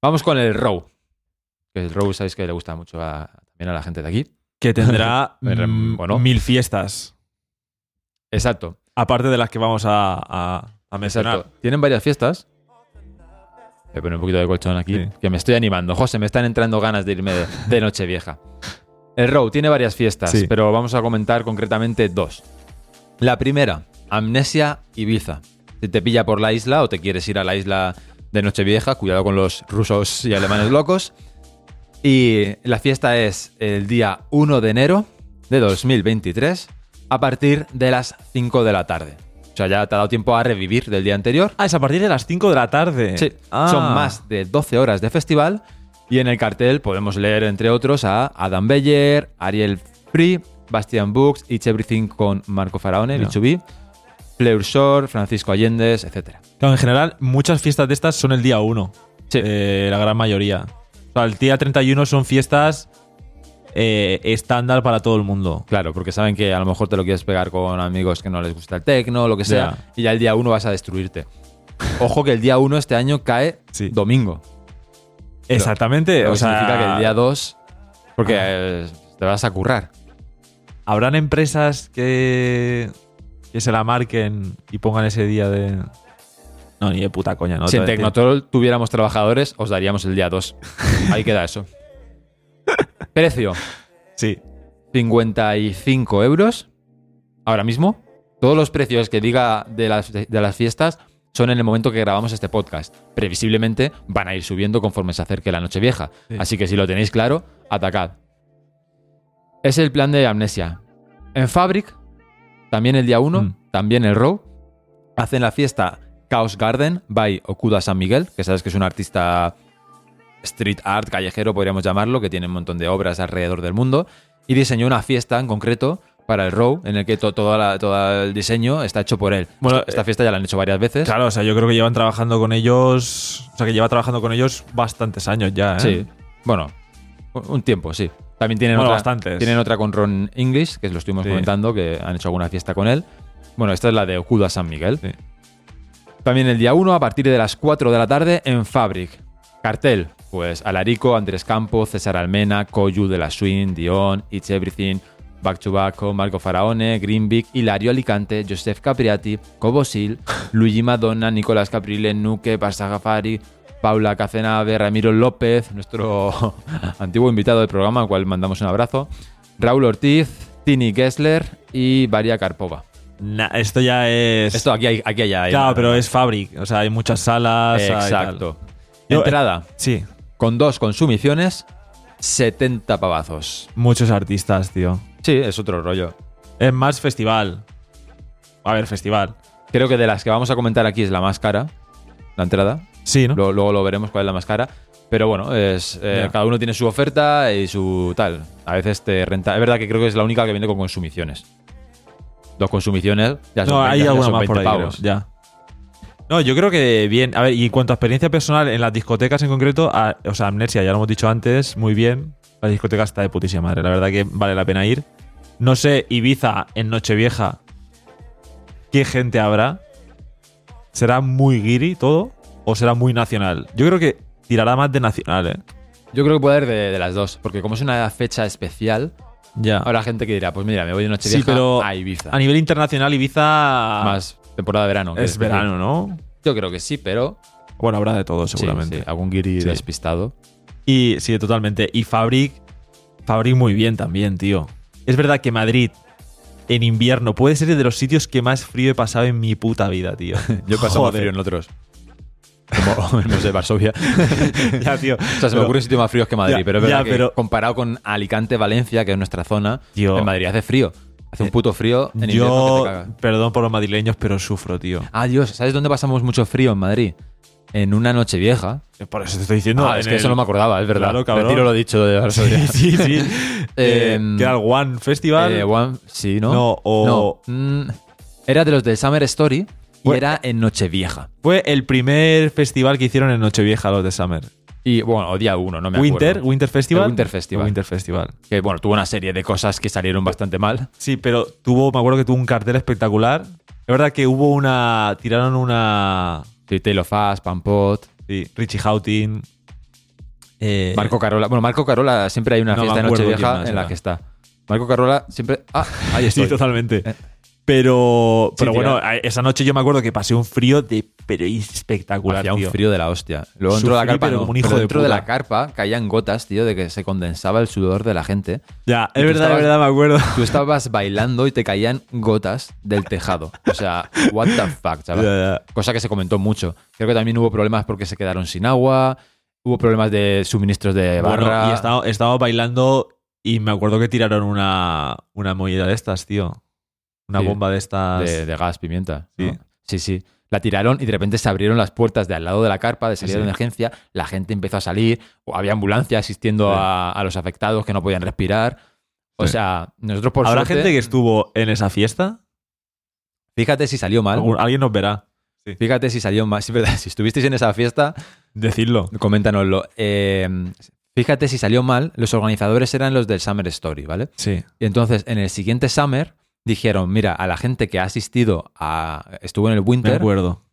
Vamos con el Row. Que el Row sabéis que le gusta mucho a- también a la gente de aquí. Que <laughs> tendrá Pero, mm, bueno. mil fiestas. Exacto. Aparte de las que vamos a, a, a mencionar. Exacto. Tienen varias fiestas. Voy a poner un poquito de colchón aquí, Sí. que me estoy animando. José, me están entrando ganas de irme de, de Nochevieja. El Row tiene varias fiestas, Sí. pero vamos a comentar concretamente dos. La primera, Amnesia Ibiza. Si te pilla por la isla o te quieres ir a la isla de Nochevieja, cuidado con los rusos y alemanes locos. Y la fiesta es el día 1 de enero de 2023 a partir de las 5 de la tarde. O sea, ya te ha dado tiempo a revivir del día anterior. Ah, es a partir de las 5 de la tarde. Sí, Ah. Eh, son más de 12 horas de festival y en el cartel podemos leer, entre otros, a Adam Beyer, Ariel Free, Bastian Books, It's Everything con Marco Faraone, Ya. Lichubi, Fleur Shore, Francisco Allendez, etc. Claro, en general, muchas fiestas de estas son el día 1. Sí. Eh, la gran mayoría. O sea, el día 31 son fiestas eh, estándar para todo el mundo. Claro, porque saben que a lo mejor te lo quieres pegar con amigos que no les gusta el tecno, lo que sea, Ya. y ya el día uno vas a destruirte. <laughs> Ojo que el día uno este año cae Sí. domingo. Exactamente. Lo o que sea, significa que el día 2, porque eh, te vas a currar. ¿Habrán empresas que, que se la marquen y pongan ese día de. No, ni de puta coña, ¿no? si en Te- te- Tecnotrol tuviéramos trabajadores, os daríamos el día 2. Ahí queda eso. Precio, Sí. 55 euros. Ahora mismo, todos los precios que diga de las, de, las fiestas son en el momento que grabamos este podcast. Previsiblemente van a ir subiendo conforme se acerque la noche vieja. Sí. Así que si lo tenéis claro, atacad. Es el plan de Amnesia. En Fabric, también el día 1, Mm. también el Row, hacen la fiesta Chaos Garden by Okuda San Miguel, que sabes que es un artista street art, callejero, podríamos llamarlo, que tiene un montón de obras alrededor del mundo, y diseñó una fiesta en concreto para el Row, en el que to- toda la- todo el diseño está hecho por él. Bueno, eh, Esta- esta fiesta ya la han hecho varias veces. Claro, o sea, yo creo que llevan trabajando con ellos. O sea, que lleva trabajando con ellos bastantes años ya, ¿eh? Sí. Bueno, un un tiempo, sí. También tienen, Bueno, otra, bastantes. tienen otra con Ron English, que lo estuvimos Sí. comentando, que han hecho alguna fiesta con él. Bueno, esta es la de Okuda San Miguel. Sí. También el día 1, a partir de las 4 de la tarde, en Fabric. Cartel, pues Alarico, Andrés Campos, César Almena, Koyu de la Swing, Dion, It's Everything, Back to Back, Marco Faraone, Greenvic, Hilario Alicante, Joseph Capriati, Cobosil, Luigi Madonna, Nicolás Caprile, Nuque, Barsagafari, Paula Cacenave, Ramiro López, nuestro <laughs> antiguo invitado del programa, al cual mandamos un abrazo, Raúl Ortiz, Tini Gessler y Varia Karpova. Na- esto ya es. Esto aquí hay, aquí hay- hay- claro, pero es Fabric. O sea, hay muchas salas. hay tal. Exacto. Yo- eh, Entrada, Sí. con dos consumiciones, 70 pavazos. Muchos artistas, tío. Sí, es otro rollo. Es más festival. A ver, festival. Creo que de las que vamos a comentar aquí es la más cara, la entrada. Sí, ¿no? Luego, luego lo veremos cuál es la más cara. Pero bueno, es, eh, Ya. cada uno tiene su oferta y su tal. A veces te renta. Es verdad que creo que es la única que viene con consumiciones. Dos consumiciones, ya son, no, 20, hay ya alguna son más por ahí, 20 creo, pavos. ya. No, yo creo que bien. A ver, y en cuanto a experiencia personal, en las discotecas en concreto, a- o sea, Amnesia, ya lo hemos dicho antes, muy bien. La discoteca está de putísima madre, la verdad que vale la pena ir. No sé, Ibiza en Nochevieja, ¿qué gente habrá? ¿Será muy guiri todo? ¿O será muy nacional? Yo creo que tirará más de nacional, ¿eh? Yo creo que puede haber de, de las dos. Porque como es una fecha especial, Ya. habrá gente que dirá, pues mira, me voy de noche Ah. sí, pero a Ibiza. a nivel internacional, Ibiza Más temporada de verano. Ah, es quieres decir. verano, ¿no? Yo creo que sí, pero Bueno, habrá de todo, Sí, seguramente. sí, algún guiri Sí. despistado. Y sí, totalmente. Y Fabric, Fabric muy bien también, tío. Es verdad que Madrid en invierno puede ser de los sitios que más frío he pasado en mi puta <laughs> vida, tío. Yo he pasado más Joder. frío en <laughs> otros. <laughs> Como, no sé, Varsovia. Ya, tío. O sea, se me Pero- ocurre un sitio más frío que Madrid, Ya, pero es verdad ya, que pero- comparado con Alicante, Valencia, que es nuestra zona, Tío. en Madrid hace frío. Hace un puto frío en invierno que Eh, Yo, te cagas. perdón por los madrileños, pero sufro, tío. Ah, Dios, ¿sabes dónde pasamos mucho frío en Madrid? En una noche vieja. Por eso te estoy diciendo. ah, en es que el- eso no me <laughs> acordaba, es verdad. Claro, cabrón. Retiro lo dicho de Varsovia. Sí, <laughs> sí, sí. <laughs> eh, Em, que era el One Festival. Eh, One- sí, ¿no? No, o- No, mm, era de los de Summer Story y Bueno. eh, era en Nochevieja. Fue el primer festival que hicieron en Nochevieja, los de Summer. Y bueno, o día uno, no me Winter, acuerdo. Winter Festival. El Winter Festival. El Winter Festival. Que bueno, tuvo una serie de cosas que salieron bastante mal. Sí, pero tuvo, me acuerdo que tuvo un cartel espectacular. Es verdad que hubo una. Tiraron una. Sí, Tale of Us, Pampot, Sí, Richie Houghton. eh, Marco Carola. Bueno, Marco Carola siempre hay una No me fiesta de acuerdo quién Nochevieja más en la era. que está. Marco Carola siempre. Ah, <laughs> ahí Sí, estoy. totalmente. Eh. Pero, pero Sí, bueno, tira. a- esa noche yo me acuerdo que pasé un frío de pero espectacular, Hacía un tío. frío de la hostia. Luego Sufrí, dentro de la carpa, pero no, como un hijo de dentro de, puta. la carpa caían gotas, tío, de que se condensaba el sudor de la gente. Ya, Y tú es verdad, es estabas- verdad, <laughs> me acuerdo. Tú estabas bailando y te caían gotas del tejado. O sea, what the fuck, chaval. Ya, ya. cosa que se comentó mucho. Creo que también hubo problemas porque se quedaron sin agua, hubo problemas de suministros de barra. Bueno, y estaba, estaba bailando y me acuerdo que tiraron una, una movida de estas, tío. Una Sí. bomba de estas. de, de gas, pimienta. Sí. ¿no? sí, sí. La tiraron y de repente se abrieron las puertas de al lado de la carpa de salida Sí, de sí. emergencia. La gente empezó a salir. o había ambulancias asistiendo Sí. a, a los afectados que no podían respirar. O Sí. sea, nosotros por ¿Habrá suerte- gente que estuvo en esa fiesta? Fíjate si salió mal. Algún- Alguien nos verá. Fíjate si salió mal. Sí, verdad, <laughs> si estuvisteis en esa fiesta, Decidlo. coméntanoslo. Eh, fíjate si salió mal. Los organizadores eran los del Summer Story, ¿vale? Sí. Y entonces en el siguiente Summer dijeron, mira, a la gente que ha asistido a... estuvo en el Me Winter, acuerdo.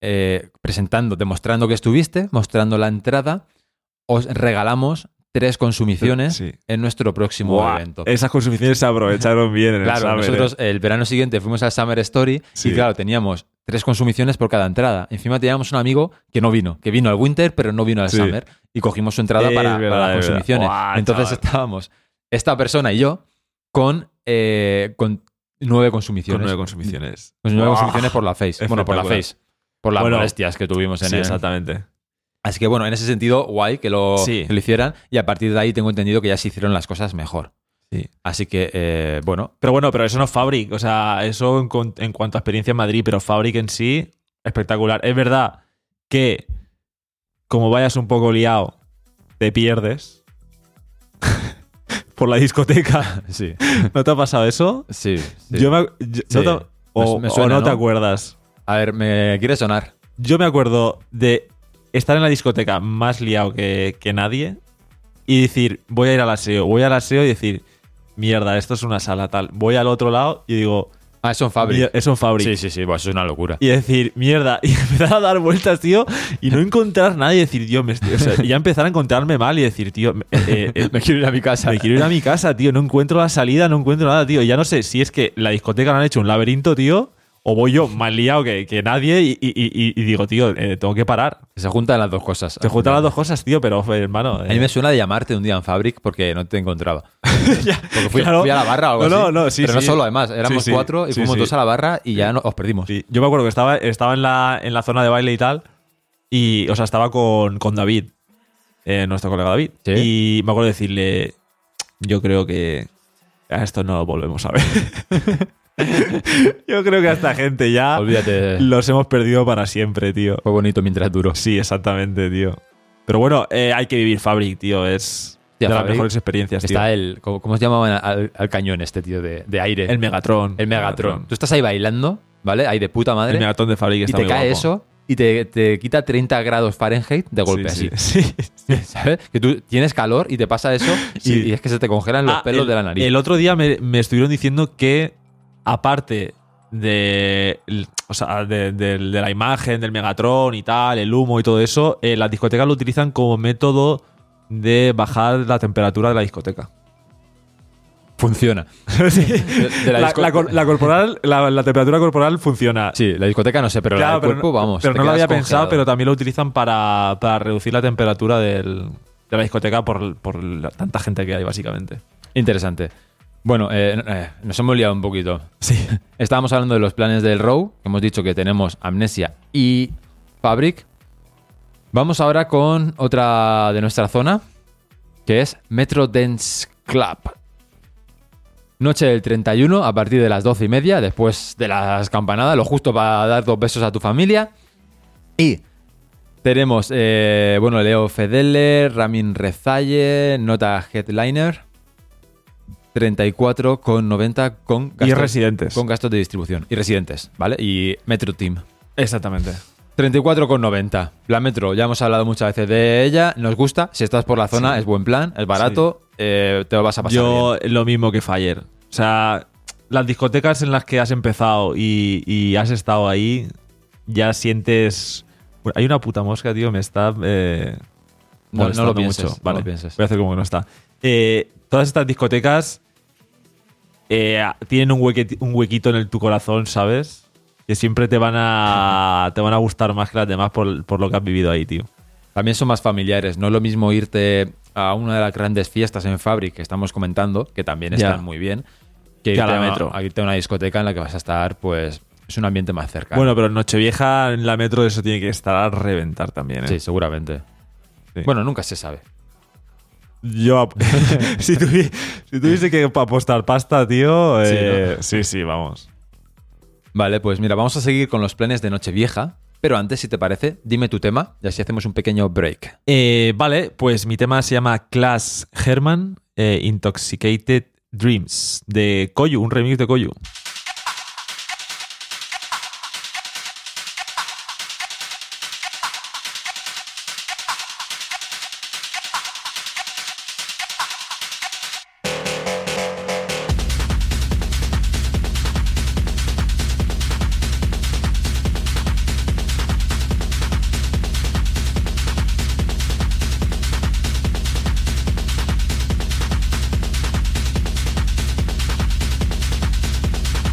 eh, presentando, demostrando que estuviste, mostrando la entrada, os regalamos tres consumiciones Sí. en nuestro próximo Buah, evento. Esas consumiciones se aprovecharon bien en el claro, Summer, nosotros ¿eh? el verano siguiente fuimos al Summer Story Sí. y claro, teníamos tres consumiciones por cada entrada. Encima teníamos un amigo que no vino, que vino al Winter pero no vino al Sí. Summer y cogimos su entrada Es para, para verdad, las es verdad. consumiciones. Buah, Entonces chaval. estábamos esta persona y yo con, eh, con nueve consumiciones. ¿eh? con nueve consumiciones. Pues nueve Buah. consumiciones por la face. Bueno, por la Espectacular. face. Por las Bueno, molestias que tuvimos en Sí, el- exactamente. Así que bueno, en ese sentido, guay que lo, Sí. que lo hicieran. Y a partir de ahí tengo entendido que ya se hicieron las cosas mejor. Sí. Así que, eh, bueno, Pero bueno, pero eso no es Fabric. O sea, eso en, cuan- en cuanto a experiencia en Madrid, pero Fabric en sí, espectacular. Es verdad que como vayas un poco liado, te pierdes <laughs> por <laughs> la discoteca. sí. ¿No te ha pasado eso? Sí. sí. Yo me, ac- yo- Sí. no te- Me o, su- me o suena, no te ¿no? acuerdas. A ver, me quiere sonar. Yo me acuerdo de estar en la discoteca más liado que, que nadie y decir, voy a ir al aseo, voy al aseo y decir, mierda, esto es una sala tal. Voy al otro lado y digo, Ah, es un Fabric. "Mier- es un fabric. Sí, sí, sí. Bueno, eso es una locura. <laughs> Y decir, mierda, <laughs> y empezar a dar vueltas, tío, y no encontrar nada y decir, tío, me estoy- o sea, y ya empezar a encontrarme mal y decir, tío, me- eh, eh, me quiero ir a mi casa. me quiero ir a mi casa, tío. No encuentro la salida, no encuentro nada, tío. Ya no sé si es que la discoteca la han hecho un laberinto, tío, o voy yo más liado que, que nadie y, y- y- y digo, tío, eh, tengo que parar. <laughs> Se juntan las dos cosas. Te juntan las dos cosas, tío, pero eh, hermano. A mí me suena de llamarte un día en Fabric porque no te encontraba. <laughs> Porque fui, claro. fui a la barra o algo No, así. no, no, sí, Pero no sí. solo, además. Éramos Sí, sí, cuatro y sí, fuimos sí. dos a la barra y ya no- os perdimos. Sí, Yo me acuerdo que estaba, estaba en, la, en la zona de baile y tal, y, o sea, estaba con, con David. eh, nuestro colega David. Sí. Y me acuerdo de decirle, yo creo que a esto no lo volvemos a ver. <laughs> yo creo que a esta gente ya Olvídate. <laughs> los hemos perdido para siempre, tío. Fue bonito mientras duró. Sí, exactamente, tío. Pero bueno, eh, hay que vivir Fabric, tío. Es Tía, de las Fabric mejores experiencias, tío. Está el. ¿Cómo, cómo se llamaban al, al cañón este, tío? De, de aire. El Megatron. El Megatron. Tú estás ahí bailando, ¿vale? Ahí de puta madre. El Megatron de Fabric y está te muy cae guapo. eso y te, te quita 30 grados Fahrenheit de golpe Sí, así. sí, <laughs> sí. ¿Sabes? Que tú tienes calor y te pasa eso y- <laughs> Sí. y, es que se te congelan <laughs> los Ah, pelos el, de la nariz. El otro día me, me estuvieron diciendo que, aparte de, o sea, de, de- de la imagen del Megatron y tal, el humo y todo eso, eh, las discotecas lo utilizan como método de bajar la temperatura de la <laughs> discoteca. funciona. De la La, disco- la cor- la corporal, la, la temperatura corporal funciona. Sí, la discoteca no sé, pero la Claro, del cuerpo, no- vamos. pero te no lo quedas había pensado, congelado. pero también lo utilizan para, para reducir la temperatura del- de la discoteca por, por la- tanta gente que hay, básicamente. Interesante. Bueno, eh, eh, nos hemos liado un poquito. Sí. Estábamos hablando de los planes del Row. Hemos dicho que tenemos Amnesia y Fabric. Vamos ahora con otra de nuestra zona, que es Metro Dance Club. Noche del 31 a partir de las 12 y media, después de las campanadas, lo justo para dar dos besos a tu familia. Y tenemos, eh, bueno, Leo Fedele, Ramin Rezalle, Nota Headliner, 34,90 con Y residentes. Con gastos de distribución. Y residentes, ¿vale? Y Metro Team. Exactamente. 34,90. La Metro, ya hemos hablado muchas veces de ella, nos gusta, si estás por la zona Sí. es buen plan, es barato, eh, te lo vas a pasar bien. Yo lo mismo que Fire. O sea, las discotecas en las que has empezado y, y has estado ahí, ya sientes. Bueno, hay una puta mosca, tío, me está. eh, No- no molestando lo pienses, mucho. no Vale, lo pienses. Voy a hacer como que no está. Eh, todas estas discotecas eh, tienen un, hueque- un huequito en el, tu corazón, ¿sabes? Que siempre te van a, te van a gustar más que las demás por, por lo que has vivido ahí, tío. También son más familiares, no es lo mismo irte a una de las grandes fiestas en Fabric que estamos comentando, que también Ya. están muy bien, que Que irte a la a, Metro. a irte a una discoteca en la que vas a estar, pues es un ambiente más cercano. Bueno, pero en Nochevieja, en la metro, eso tiene que estar a reventar también, ¿eh? sí, seguramente. Sí. Bueno, nunca se sabe. Yo, <laughs> ap- si, tuvi- si tuviese que apostar pasta, tío. Sí, eh, Sí, sí, vamos. Vale, pues mira, vamos a seguir con los planes de Nochevieja, pero antes, si te parece, dime tu tema y así hacemos un pequeño break. Eh, vale, pues mi tema se llama Class Herman eh, Intoxicated Dreams de Koyu, un remix de Koyu. Thank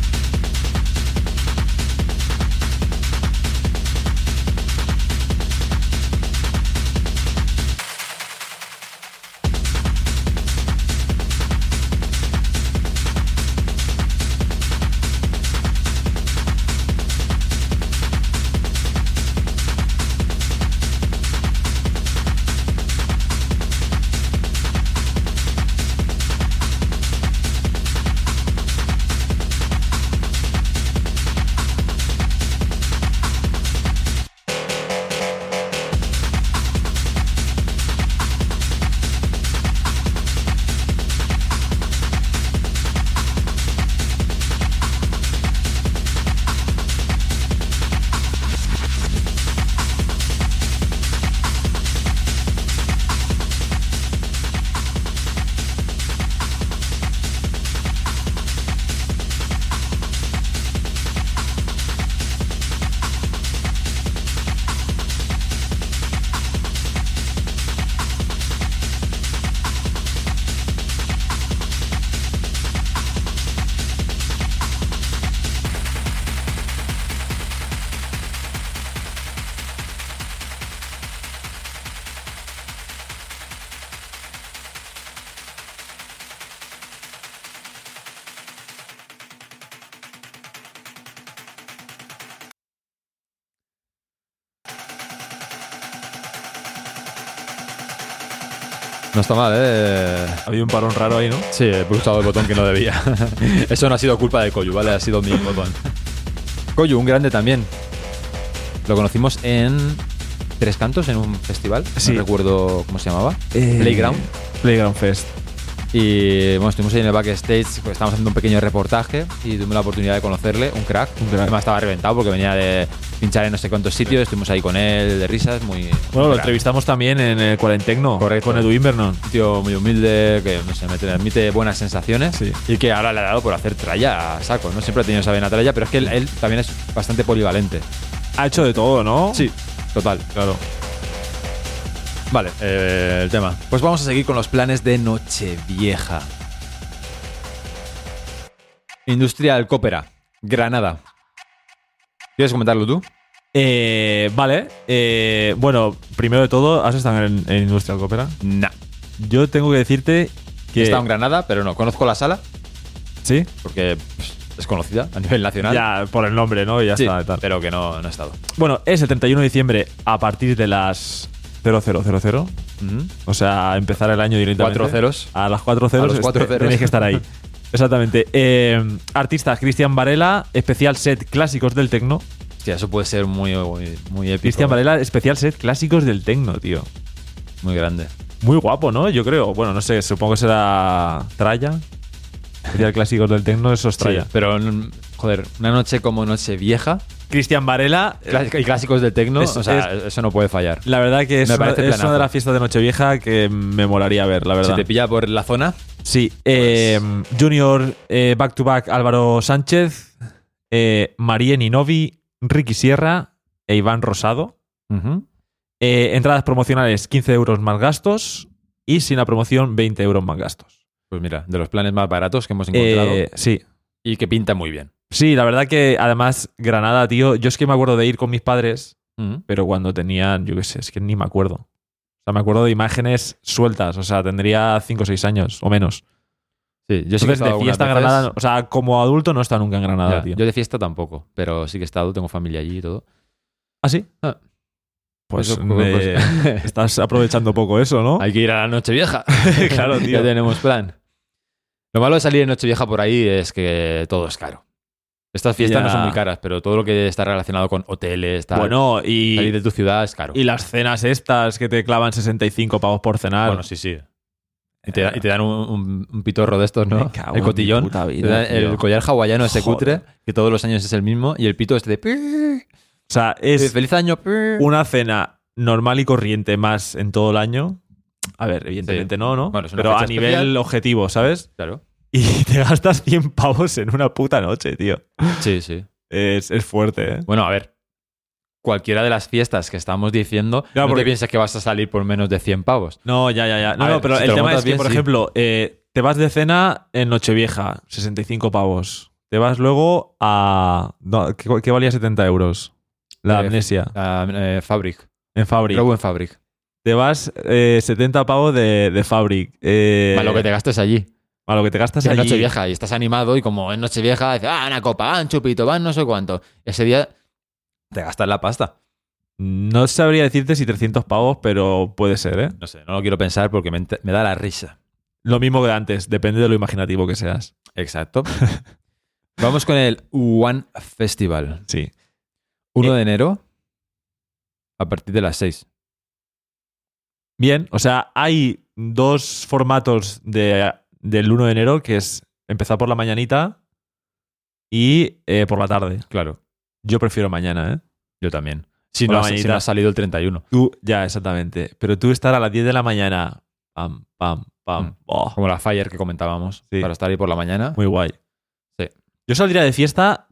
No está mal, ¿eh? Había un parón raro ahí, ¿no? Sí, he pulsado el botón que no debía. <laughs> Eso no ha sido culpa de Koyu, ¿vale? Ha sido mi botón. Koyu, un grande también. Lo conocimos en Tres Cantos, en un festival. Sí. No recuerdo cómo se llamaba. Playground. Eh, Playground Fest. Y bueno, estuvimos ahí en el backstage, pues, estábamos haciendo un pequeño reportaje y tuvimos la oportunidad de conocerle, un crack. Un crack. Además estaba reventado porque venía de pinchar en no sé cuántos sitios, estuvimos ahí con él de risas, muy... Bueno, un lo crack. entrevistamos también en el Cuarentecno. Correcto. Con Edu Invernon. Un tío muy humilde, que no sé, me transmite buenas sensaciones Sí. y que ahora le ha dado por hacer tralla a saco, ¿no? Siempre ha tenido esa vena tralla, pero es que él, él también es bastante polivalente. Ha hecho de todo, ¿no? Total. Claro. Vale, eh, el tema. Pues vamos a seguir con los planes de Nochevieja. Industrial Cópera, Granada. ¿Quieres comentarlo tú? Eh, vale. Eh, bueno, primero de todo, ¿has estado en, en Industrial Coopera? No. Yo tengo que decirte He que. estado en Granada, pero no. Conozco la sala Sí. porque pff, es conocida a nivel nacional. Ya, por el nombre, ¿no? Y ya Sí, está. y tal. pero que no, no he estado. Bueno, es el 31 de diciembre a partir de las 0000. Ujú. O sea, empezar el año directamente. Cuatro ceros. A las cuatro ceros. A los cuatro este, ceros. Tenéis que <laughs> estar ahí. Exactamente. Eh, artistas, Cristian Varela, especial set clásicos del tecno. Hostia, eso puede ser muy, muy, muy épico. Cristian Varela, especial set clásicos del tecno, tío. Muy grande. Muy guapo, ¿no? Yo creo. Bueno, no sé, supongo que será Traya. Especial clásicos del tecno, eso es Traya. Sí, pero, mm, joder, una noche como noche vieja Cristian Varela, clas- y clásicos del tecno, Es- o sea, eso no puede fallar. la verdad que es, Me una, parece es planazo. una de las fiestas de Nochevieja que me molaría ver, la Si verdad. te Pues- pilla por la zona, Sí, eh, Junior eh, back to back Álvaro Sánchez, eh, María Ninovi, Ricky Sierra e Iván Rosado. Eh, entradas promocionales 15 euros más gastos y sin la promoción 20 euros más gastos. pues mira, de los planes más baratos que hemos encontrado Eh, sí. y que pinta muy bien. Sí, la verdad que además Granada, tío, yo es que me acuerdo de ir con mis padres, pero cuando tenían, yo qué sé, es que ni me acuerdo. O sea, me acuerdo de imágenes sueltas, o sea, tendría 5 o 6 años o menos. Sí, yo sí que he Entonces, estado de fiesta en algunas veces. Granada, no- o sea, como adulto no está nunca en Granada, Ya, tío. Yo de fiesta tampoco, pero sí que he estado, tengo familia allí y todo. ¿Ah, sí? Ah. Pues Eso, me- <laughs> pues- <laughs> estás aprovechando poco eso, ¿no? Hay que ir a la noche <laughs> vieja. <laughs> Claro, tío. Ya tenemos plan. Lo malo de salir en noche vieja por ahí es que todo es caro. Estas fiestas Ya. no son muy caras, pero todo lo que está relacionado con hoteles, tal, Bueno, salir y, de tu ciudad es caro. y las cenas estas que te clavan 65 pavos por cenar. Bueno, sí, sí. Y te, y te dan un, un- un pitorro de estos, ¿no? Me cago El en mi cotillón. puta vida, Te dan el tío. collar hawaiano ese Joder. cutre, que todos los años es el mismo, y el pito este de... "Pi". O sea, es Feliz año. pi". una cena normal y corriente más en todo el año. A ver, evidentemente Sí. no, ¿no? Bueno, es una Pero fecha a nivel especial. objetivo, ¿sabes? Claro. Y <laughs> te gastas 100 pavos en una puta noche, tío. Sí, sí. Es, es fuerte, ¿eh? Bueno, a ver. Cualquiera de las fiestas que estamos diciendo, no Claro, te porque- piensas que vas a salir por menos de 100 pavos. No, ya, ya, ya. No, A no, ver, pero si te el lo tema montas es que, bien, por sí. ejemplo, eh, te vas de cena en Nochevieja, 65 pavos. Te vas luego a. No, ¿qué, qué valía 70 euros? La Eh, amnesia. Ah, eh, Fabric. En Fabric. Robo en Fabric. Te vas eh, 70 pavos de, de Fabric. eh, Más lo que te gastes allí. más lo que te gastas Y en allí. Nochevieja y estás animado y como en Nochevieja dices, ah, una copa, ah, un chupito, van no sé cuánto. Ese día te gastas la pasta. No sabría decirte si 300 pavos, pero puede ser, ¿eh? No sé, no lo quiero pensar porque me, ent- me da la risa. Lo mismo que antes, depende de lo imaginativo que seas. Exacto. Vamos con el One Festival. Sí. 1 Eh. de enero a partir de las 6. Bien, o sea, hay dos formatos de, del 1 de enero, que es empezar por la mañanita y eh, por la tarde. Claro, Yo prefiero mañana, ¿eh? yo también. Si Por no, la has- si mañanita. no has salido el 31. Tú, ya, exactamente. Pero tú estar a las 10 de la mañana, pam, pam, pam, Mm. oh, Como la Fire que comentábamos. Sí. Para estar ahí por la mañana. muy guay. Sí. Yo saldría de fiesta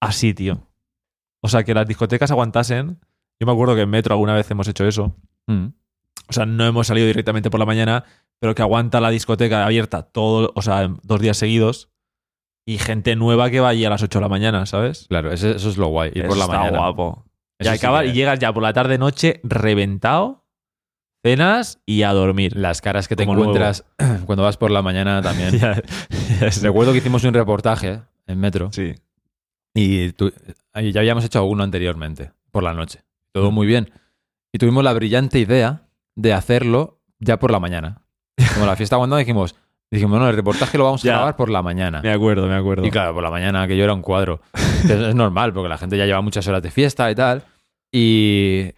así, tío. O sea, que las discotecas aguantasen. Yo me acuerdo que en Metro alguna vez hemos hecho eso. Mm. O sea, no hemos salido directamente por la mañana, pero que aguanta la discoteca abierta todo, o sea, dos días seguidos y gente nueva que va allí a las 8 de la mañana, ¿sabes? Claro, ese- eso es lo guay. Ir Eso por la está mañana. guapo. Y, Eso sí acabas- que- y llegas ya por la tarde noche reventado, cenas y <laughs> a dormir. Las caras que te Como encuentras <clears throat> cuando vas por la mañana <laughs> también. Ya- ya sé. Recuerdo que hicimos un reportaje en Metro. sí. Y tú- y ya habíamos hecho alguno anteriormente, por la noche. Todo muy bien. Y tuvimos la brillante idea de hacerlo ya por la mañana. Como la fiesta cuando dijimos, dijimos, bueno, el reportaje lo vamos a Ya. grabar por la mañana. Me acuerdo, me acuerdo. Y claro, por la mañana que yo era un cuadro. Es, es normal, porque la gente ya lleva muchas horas de fiesta y tal. Y,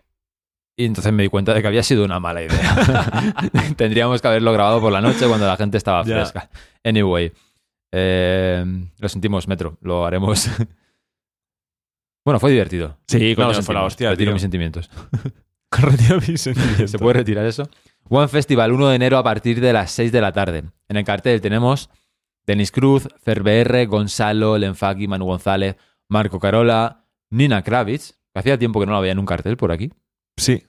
y entonces me di cuenta de que había sido una mala idea. <laughs> Tendríamos que haberlo grabado por la noche cuando la gente estaba Ya. fresca. Anyway, eh, lo sentimos, Metro. Lo haremos. <laughs> bueno, fue divertido. Sí, No lo coño, fue la sentimos. hostia, Retiro tío. mis sentimientos. Retiro <laughs> mis sentimientos. ¿Se puede retirar eso? One Festival, 1 de enero a partir de las 6 de la tarde. En el cartel tenemos Denis Cruz, Ferber, Gonzalo, Lenfaki, Manu González, Marco Carola, Nina Kravitz, que hacía tiempo que no la veía en un cartel por aquí, Sí.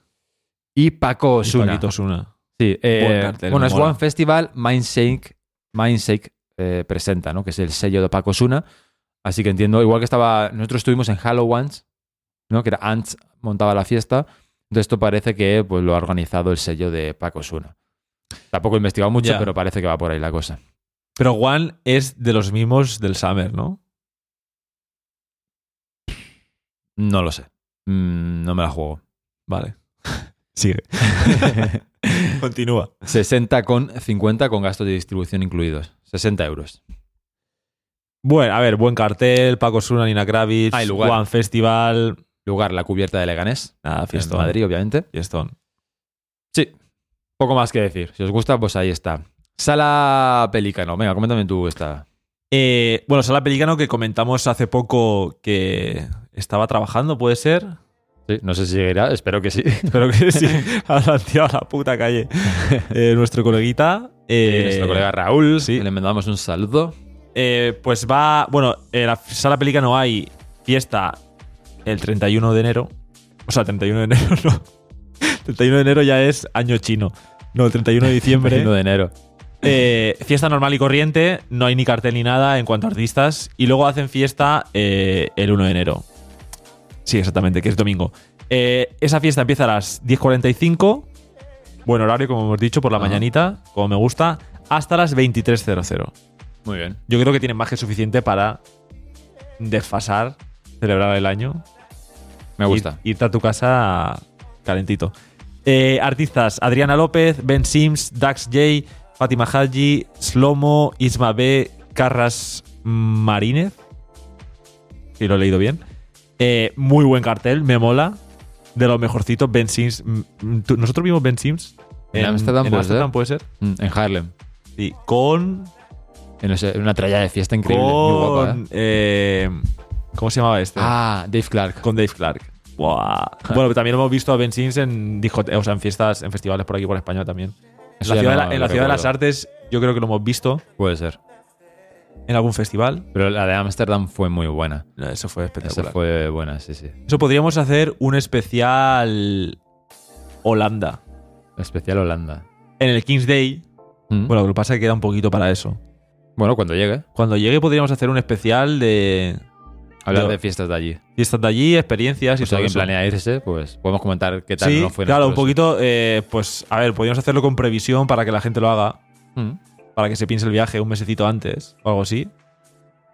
y Paco Osuna. Paquito Osuna. Sí, eh, Buen cartel, bueno, es mola. One Festival, Mindshake, Mindshake eh, presenta, ¿no? Que es el sello de Paco Osuna. Así que entiendo, igual que estaba, nosotros estuvimos en Halloween, ¿no? Que era Ants montaba la fiesta. Entonces esto parece que pues, lo ha organizado el sello de Paco Osuna. Tampoco he investigado mucho, Ya. pero parece que va por ahí la cosa. Pero Juan es de los mismos del Summer, ¿no? No lo sé. Mm, no me la <laughs> juego. <laughs> Vale. Sigue. <laughs> Continúa. 60 con 50 con gastos de distribución incluidos. 60 euros. Bueno, a ver, buen cartel, Paco Suna, Nina Kravitz, Ah, el lugar. One Festival. Lugar, la cubierta de Leganés. Nada, En fiestón. Madrid, obviamente. Fiestón. Sí. Poco más que decir. Si os gusta, pues ahí está. Sala Pelícano. Venga, coméntame tú esta. Eh, bueno, Sala Pelicano que comentamos hace poco que estaba trabajando, ¿puede ser? <laughs> Sí, no sé si seguirá, espero <laughs> que sí. Espero que sí. Ha lanzado a la <laughs> puta calle. Eh, nuestro coleguita. eh, Nuestro colega Raúl, sí. le mandamos un saludo. Eh, pues va. Bueno, en la sala Pelícano hay fiesta el 31 de enero. O sea, 31 de enero <laughs> no. 31 de enero ya es año chino. No, el 31 <laughs> de diciembre. 1 de enero. Eh, fiesta normal y corriente, no hay ni cartel ni nada en cuanto a artistas. Y luego hacen fiesta eh, el 1 de enero. Sí, exactamente, que es domingo. Eh, esa fiesta empieza a las 10.45. Buen horario, como hemos dicho, por la Ajá. mañanita, como me gusta, hasta las 23.00 Muy bien. yo creo que tienen más que suficiente para desfasar, celebrar el año. Me gusta. Ir- irte a tu casa calentito. Eh, artistas: Adriana López, Ben Sims, Dax J, Fátima Haji, Slomo, Isma B, Carras Marínez. Si lo he leído bien. Eh, muy buen cartel, me mola. De los mejorcitos, Ben Sims. Mm, tú- Nosotros vimos Ben Sims. En Ámsterdam en puede Ámsterdam ser. puede ser. Mm, En Harlem. Sí, con En ese- en una tralla de fiesta increíble. muy guapa, con. ¿eh? eh, ¿Cómo se llamaba este? Ah, Dave Clark. Con Dave Clark. Buah. <laughs> Bueno, también hemos visto a Ben Sims en, discote- o sea, en fiestas, en festivales por aquí, por España también. En Eso la, ya ciudad, de no la- en lo la ciudad de las recuerdo. Artes, yo creo que lo hemos visto Puede ser. en algún festival. Pero la de Ámsterdam fue muy buena. No, Eso fue Esa espectacular. Eso, fue buena, sí, sí. podríamos hacer un especial Holanda Especial Holanda. en el King's Day. Mm. Bueno, lo que pasa es que queda un poquito para eso. Bueno, cuando llegue, Cuando llegue, podríamos hacer un especial de hablar Yo- de fiestas de allí. fiestas de allí, experiencias y Si todo alguien eso. planea irse, pues podemos comentar qué tal sí, no fue. claro, un nuestro- poquito, eh, pues, a ver, podríamos hacerlo con previsión para que la gente lo haga, Mm. para que se piense el viaje un mesecito antes o algo así.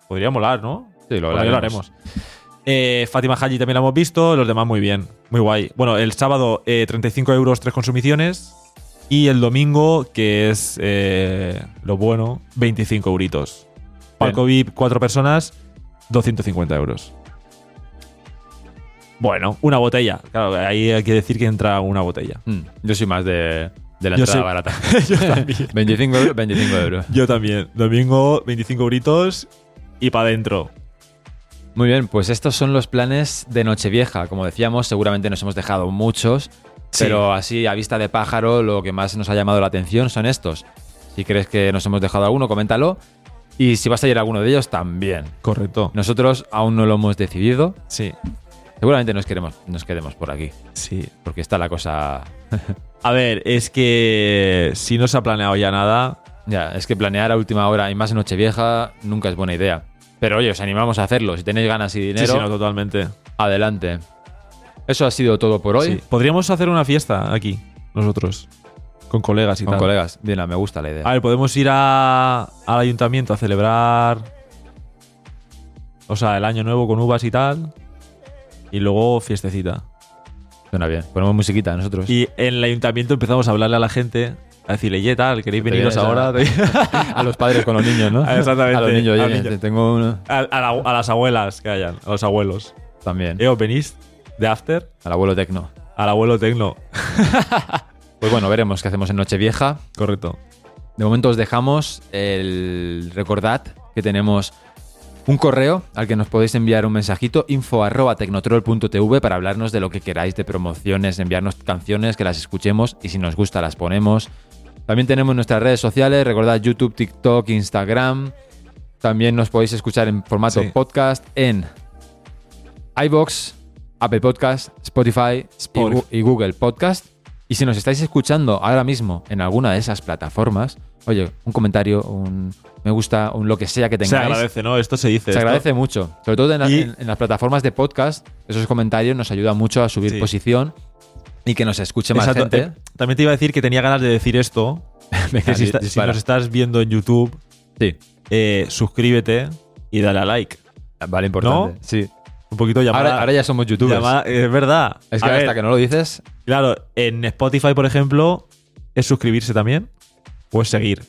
Podría molar, ¿no? Sí, lo Bueno, Pues ya hablaremos. lo haremos. Eh, Fátima Haji también la hemos visto, los demás muy bien, muy guay. Bueno, el sábado eh, 35 euros, tres consumiciones. Y el domingo, que es eh, lo bueno, 25 euritos. Palco VIP, cuatro personas, 250 euros. Bueno, una botella. Claro, ahí hay que decir que entra una botella. Mm, Yo soy más de, de la <laughs> Yo entrada soy- barata. <laughs> 25 euros, 25 euros. Yo también. Domingo, 25 euritos y para adentro. Muy bien, pues estos son los planes de Nochevieja. Como decíamos, seguramente nos hemos dejado muchos, Sí. pero así a vista de pájaro lo que más nos ha llamado la atención son estos. Si crees que nos hemos dejado alguno, coméntalo. Y si vas a ir a alguno de ellos, también. Correcto. Nosotros aún no lo hemos decidido. Sí, Seguramente nos, queremos, nos quedemos por aquí, sí. porque está la cosa... A ver, es que si no se ha planeado ya nada, Ya, es que planear a última hora y más en Nochevieja nunca es buena idea. Pero oye, os animamos a hacerlo. Si tenéis ganas y sí, dinero, sí, no, totalmente. adelante. Eso ha sido todo por hoy. Sí. Podríamos hacer una fiesta aquí, nosotros, con colegas y Con tal. colegas. Bien, me gusta la idea. A ver, podemos ir a- al ayuntamiento a celebrar, o sea, el año nuevo con uvas y tal, y luego fiestecita. Suena bien. Ponemos musiquita nosotros. Y en el ayuntamiento empezamos a hablarle a la gente a decirle, ye tal, queréis Te veniros vienes a- ahora. <laughs> Ah, A los padres con los <laughs> niños, ¿no? Exactamente, A los niños, a los oye, niños. tengo uno. A, a la- a las abuelas que hayan, a los abuelos. También. Eh, ¿os venís de after Al abuelo tecno. al abuelo tecno. Pues bueno, veremos qué hacemos en Nochevieja. Correcto. De momento os dejamos el recordad que tenemos un correo al que nos podéis enviar un mensajito info arroba tecnotrol.tv para hablarnos de lo que queráis, de promociones, enviarnos canciones, que las escuchemos y si nos gusta las ponemos. También tenemos nuestras redes sociales, recordad YouTube, TikTok, Instagram. También nos podéis escuchar en formato Sí. podcast en iBox, Apple Podcast, Spotify y Spotify. Gu- y Google Podcast. Y si nos estáis escuchando ahora mismo en alguna de esas plataformas, oye, un comentario, un me gusta, un lo que sea que tengáis. Se agradece, ¿no? Esto se dice. Se esto- agradece mucho. Sobre todo en, la- Y- en- en las plataformas de podcast, esos comentarios nos ayudan mucho a subir Sí. posición y que nos escuche más Exacto. gente. Eh, También te iba a decir que tenía ganas de decir esto. <laughs> Venga, Que si, di- está- si dispara. nos estás viendo en YouTube, Sí, eh, suscríbete y dale a like. vale, importante. ¿No? Sí. Un poquito llamada. Ahora, ahora ya somos youtubers. llamada- es verdad. Es que A hasta ver, que no lo dices, Claro, en Spotify, por ejemplo, ¿es suscribirse también? ¿O es seguir?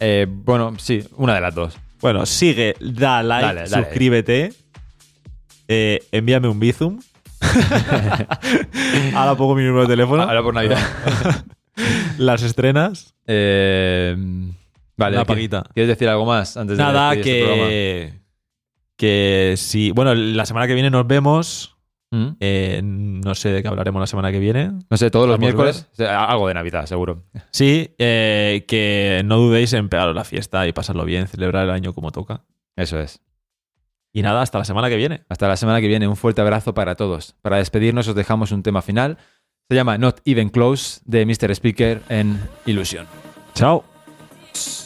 eh, bueno, sí, una de las dos. Bueno, sigue, da like, Dale, dale. suscríbete, eh, envíame <laughs> un bizum. Ahora pongo mi número de teléfono. Ahora por Navidad. Las estrenas. Eh, vale, Una ¿qué- paguita. ¿Quieres decir algo más antes de Nada, despedir este programa? que. que sí. Bueno, la semana que viene nos vemos. ¿Mm? Eh, no sé de qué hablaremos la semana que viene. No sé, todos los Vamos miércoles. o sea, Algo de Navidad, seguro. Sí, eh, que no dudéis en pegaros la fiesta y pasarlo bien, celebrar el año como toca. Eso es. Y nada, hasta la semana que viene. Hasta la semana que viene. Un fuerte abrazo para todos. Para despedirnos os dejamos un tema final. Se llama Not Even Close de Mr. Speaker en Ilusión. Chao. Adiós.